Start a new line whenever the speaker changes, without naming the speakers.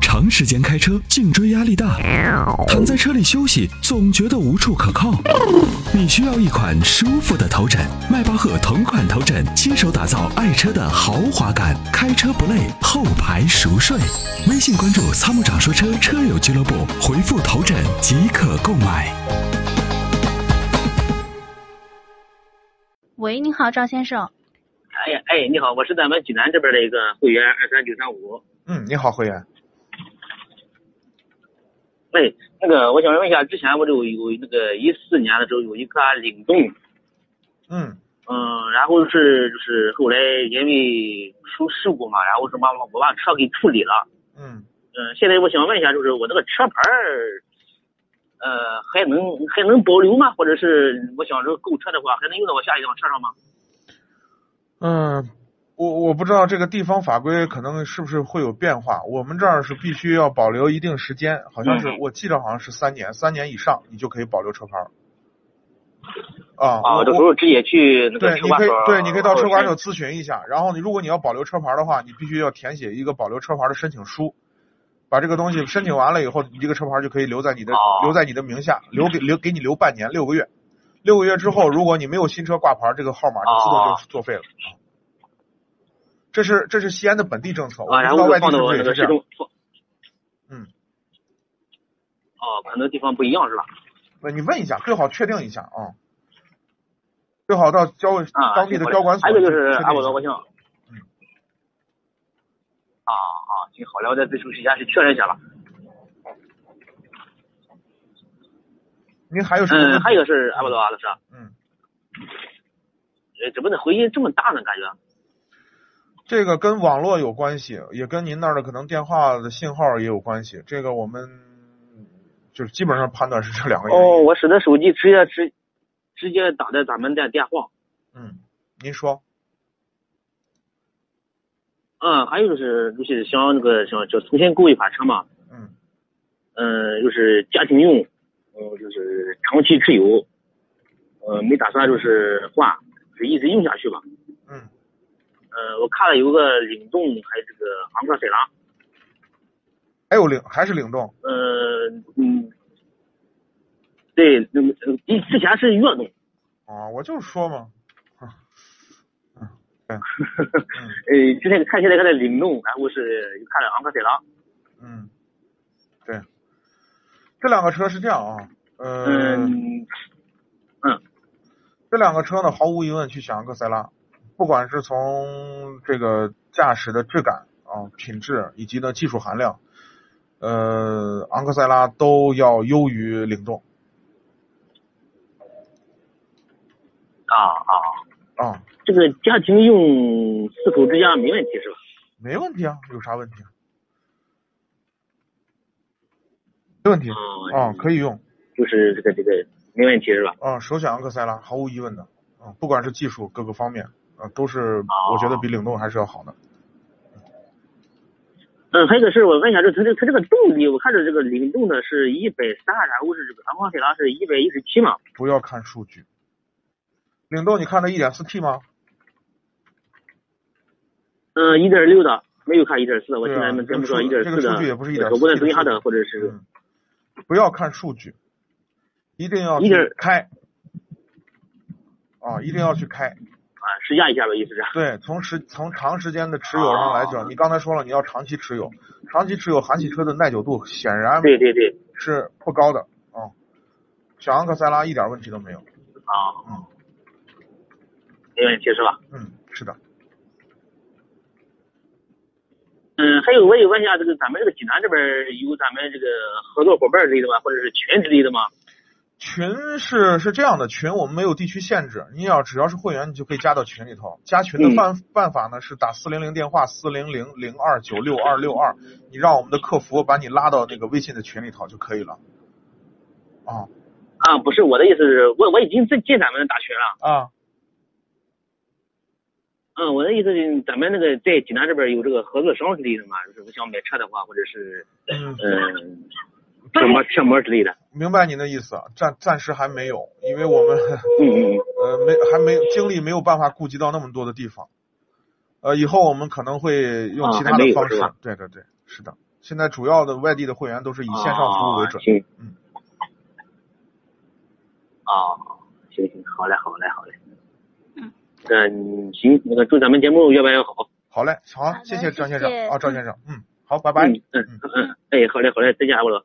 长时间开车，颈椎压力大，躺在车里休息总觉得无处可靠。你需要一款舒服的头枕，迈巴赫同款头枕，亲手打造爱车的豪华感，开车不累，后排熟睡。微信关注“参谋长说车”车友俱乐部，回复“头枕”即可购买。
喂，你好，赵先生。
哎呀，哎，你好，我是咱们济南这边的一个会员二三九三五。
嗯，你好，会员。
哎，那个我想问一下，之前我就有有那个一四年的时候有一个领动，
嗯
嗯，然后是就是后来因为出事故嘛，然后是把我我把车给处理了。
嗯，
嗯，现在我想问一下，就是我那个车牌儿，呃，还能还能保留吗？或者是我想着购车的话，还能用到我下一辆车上吗？
嗯，我我不知道这个地方法规可能是不是会有变化，我们这儿是必须要保留一定时间，好像是、
嗯
我记得好像是三年，三年以上你就可以保留车牌儿。啊，
啊，
我
到时候直接去那个
对，
车
你
管
可以
所儿，
对，你可以到车管
或
所
者是。
咨询一下。然后你如果你要保留车牌的话，你必须要填写一个保留车牌的申请书，把这个东西申请完了以后，你这个车牌就可以留在你的、
哦
留在你的名下，留给留给你留半年六个月。六个月之后，如果你没有新车挂牌，这个号码就自动
哦
就作废了。这是这是西安的本地政策，我
啊，
不
然后就
知道外地
放
是
到
不是
那
也
个
是这
市
样。
中。放
嗯。
哦，可能地方不一样是吧？
那你问一下，最好确定一下啊、最好到交
啊，
当地的交管所
还有
去确
一
定
个
一下。
就是阿波罗，我想，
嗯
啊啊，行，好了，我再去休息一下，去确认一下吧。
您还有什么问题？
嗯，还有一个是阿波罗啊，老师，
嗯。
呃，怎么的回音这么大呢？感觉
这个跟网络有关系，也跟您那儿的可能电话的信号也有关系。这个我们就是基本上判断是这两个原因。
哦，我使的手机直接直直接打的咱们的电话。
嗯，您说，
嗯，还有就是就是想那个想就重新购一款车嘛，
嗯
嗯，就是家庭用，嗯，就是长期持有，呃，没打算就是换，就一直用下去吧。
嗯
呃，我看了有个领动，还有这个昂克赛拉，
还哎有领还是领动，
呃，嗯，对，那么呃之之前是悦动，
啊，我就是说嘛，
呃，之前看现在看的领动，然后是又看了昂克赛拉，
嗯，对，这两个车是这样啊，呃，
嗯，
这两个车呢，毫无疑问去选昂克赛拉，不管是从这个驾驶的质感啊、品质以及呢技术含量，呃，昂克赛拉都要优于领动
啊啊，
啊，
这个家庭用四口之家没问题是吧？
没问题啊，有啥问题啊？没问题
嗯
啊，可以用
就是这个这个没问题是吧？
啊，首选昂克赛拉，毫无疑问的啊，不管是技术各个方面啊，都是我觉得比领动还是要好的。
嗯，还有一个是我问一下，就它这它这个动力，我看着这个领动的是一百三，啊然后是这个昂克赛拉是一百一十七嘛，
不要看数据，领动你看的一点四 T 吗？
嗯，一点六的没有看一点四的，我
对
现
啊
在
这
跟不
个
上
数
一
据
点
这
四
个数
的呃
据也不是一点，
我不能追它的，或者是
嗯，不要看数据，一定要
一点
去开啊，一定要去开。
啊试驾一下吧，意思是。
对，从时从长时间的持有上来讲，你刚才说了你要长期持有，长期持有韩系车的耐久度显然
对对对，
是不高的啊。小昂克赛拉一点问题都没有，
啊，没问题是吧？
嗯，是的，
嗯，还有我也问一下，这个咱们这个济南这边儿有咱们这个合作伙伴之类的吗？或者是群之类的吗？
群是是这样的，群我们没有地区限制，你要只要是会员，你就可以加到群里头。加群的办、办法呢是打四零零电话四零零零二九六二六二，你让我们的客服把你拉到那个微信的群里头就可以了。啊
啊，不是，我的意思是，我我已经进进咱们大学了。
啊，
嗯，我的意思是，咱们那个在济南这边儿有这个合作商之类的嘛，就是我想买车的话，或者是
嗯，
嗯，车模车模之类的。
明白您的意思，啊暂暂时还没有，因为我们
嗯嗯嗯。
呃没还没精力没有办法顾及到那么多的地方。呃，以后我们可能会用
啊
其
还
他
没
的
有
方
是
式，
吧
对对对，是的，现在主要的外地的会员都是以线上服务为
啊
准。
行，
嗯，
哦，行行，好嘞，好嘞，好嘞。
嗯
嗯，行，那个祝咱们节目越办越好。
好嘞，好
好，的
谢谢张先
谢谢
生啊，赵先生，嗯，好，拜拜。
嗯嗯嗯，哎，好嘞，好嘞，再见，阿波罗。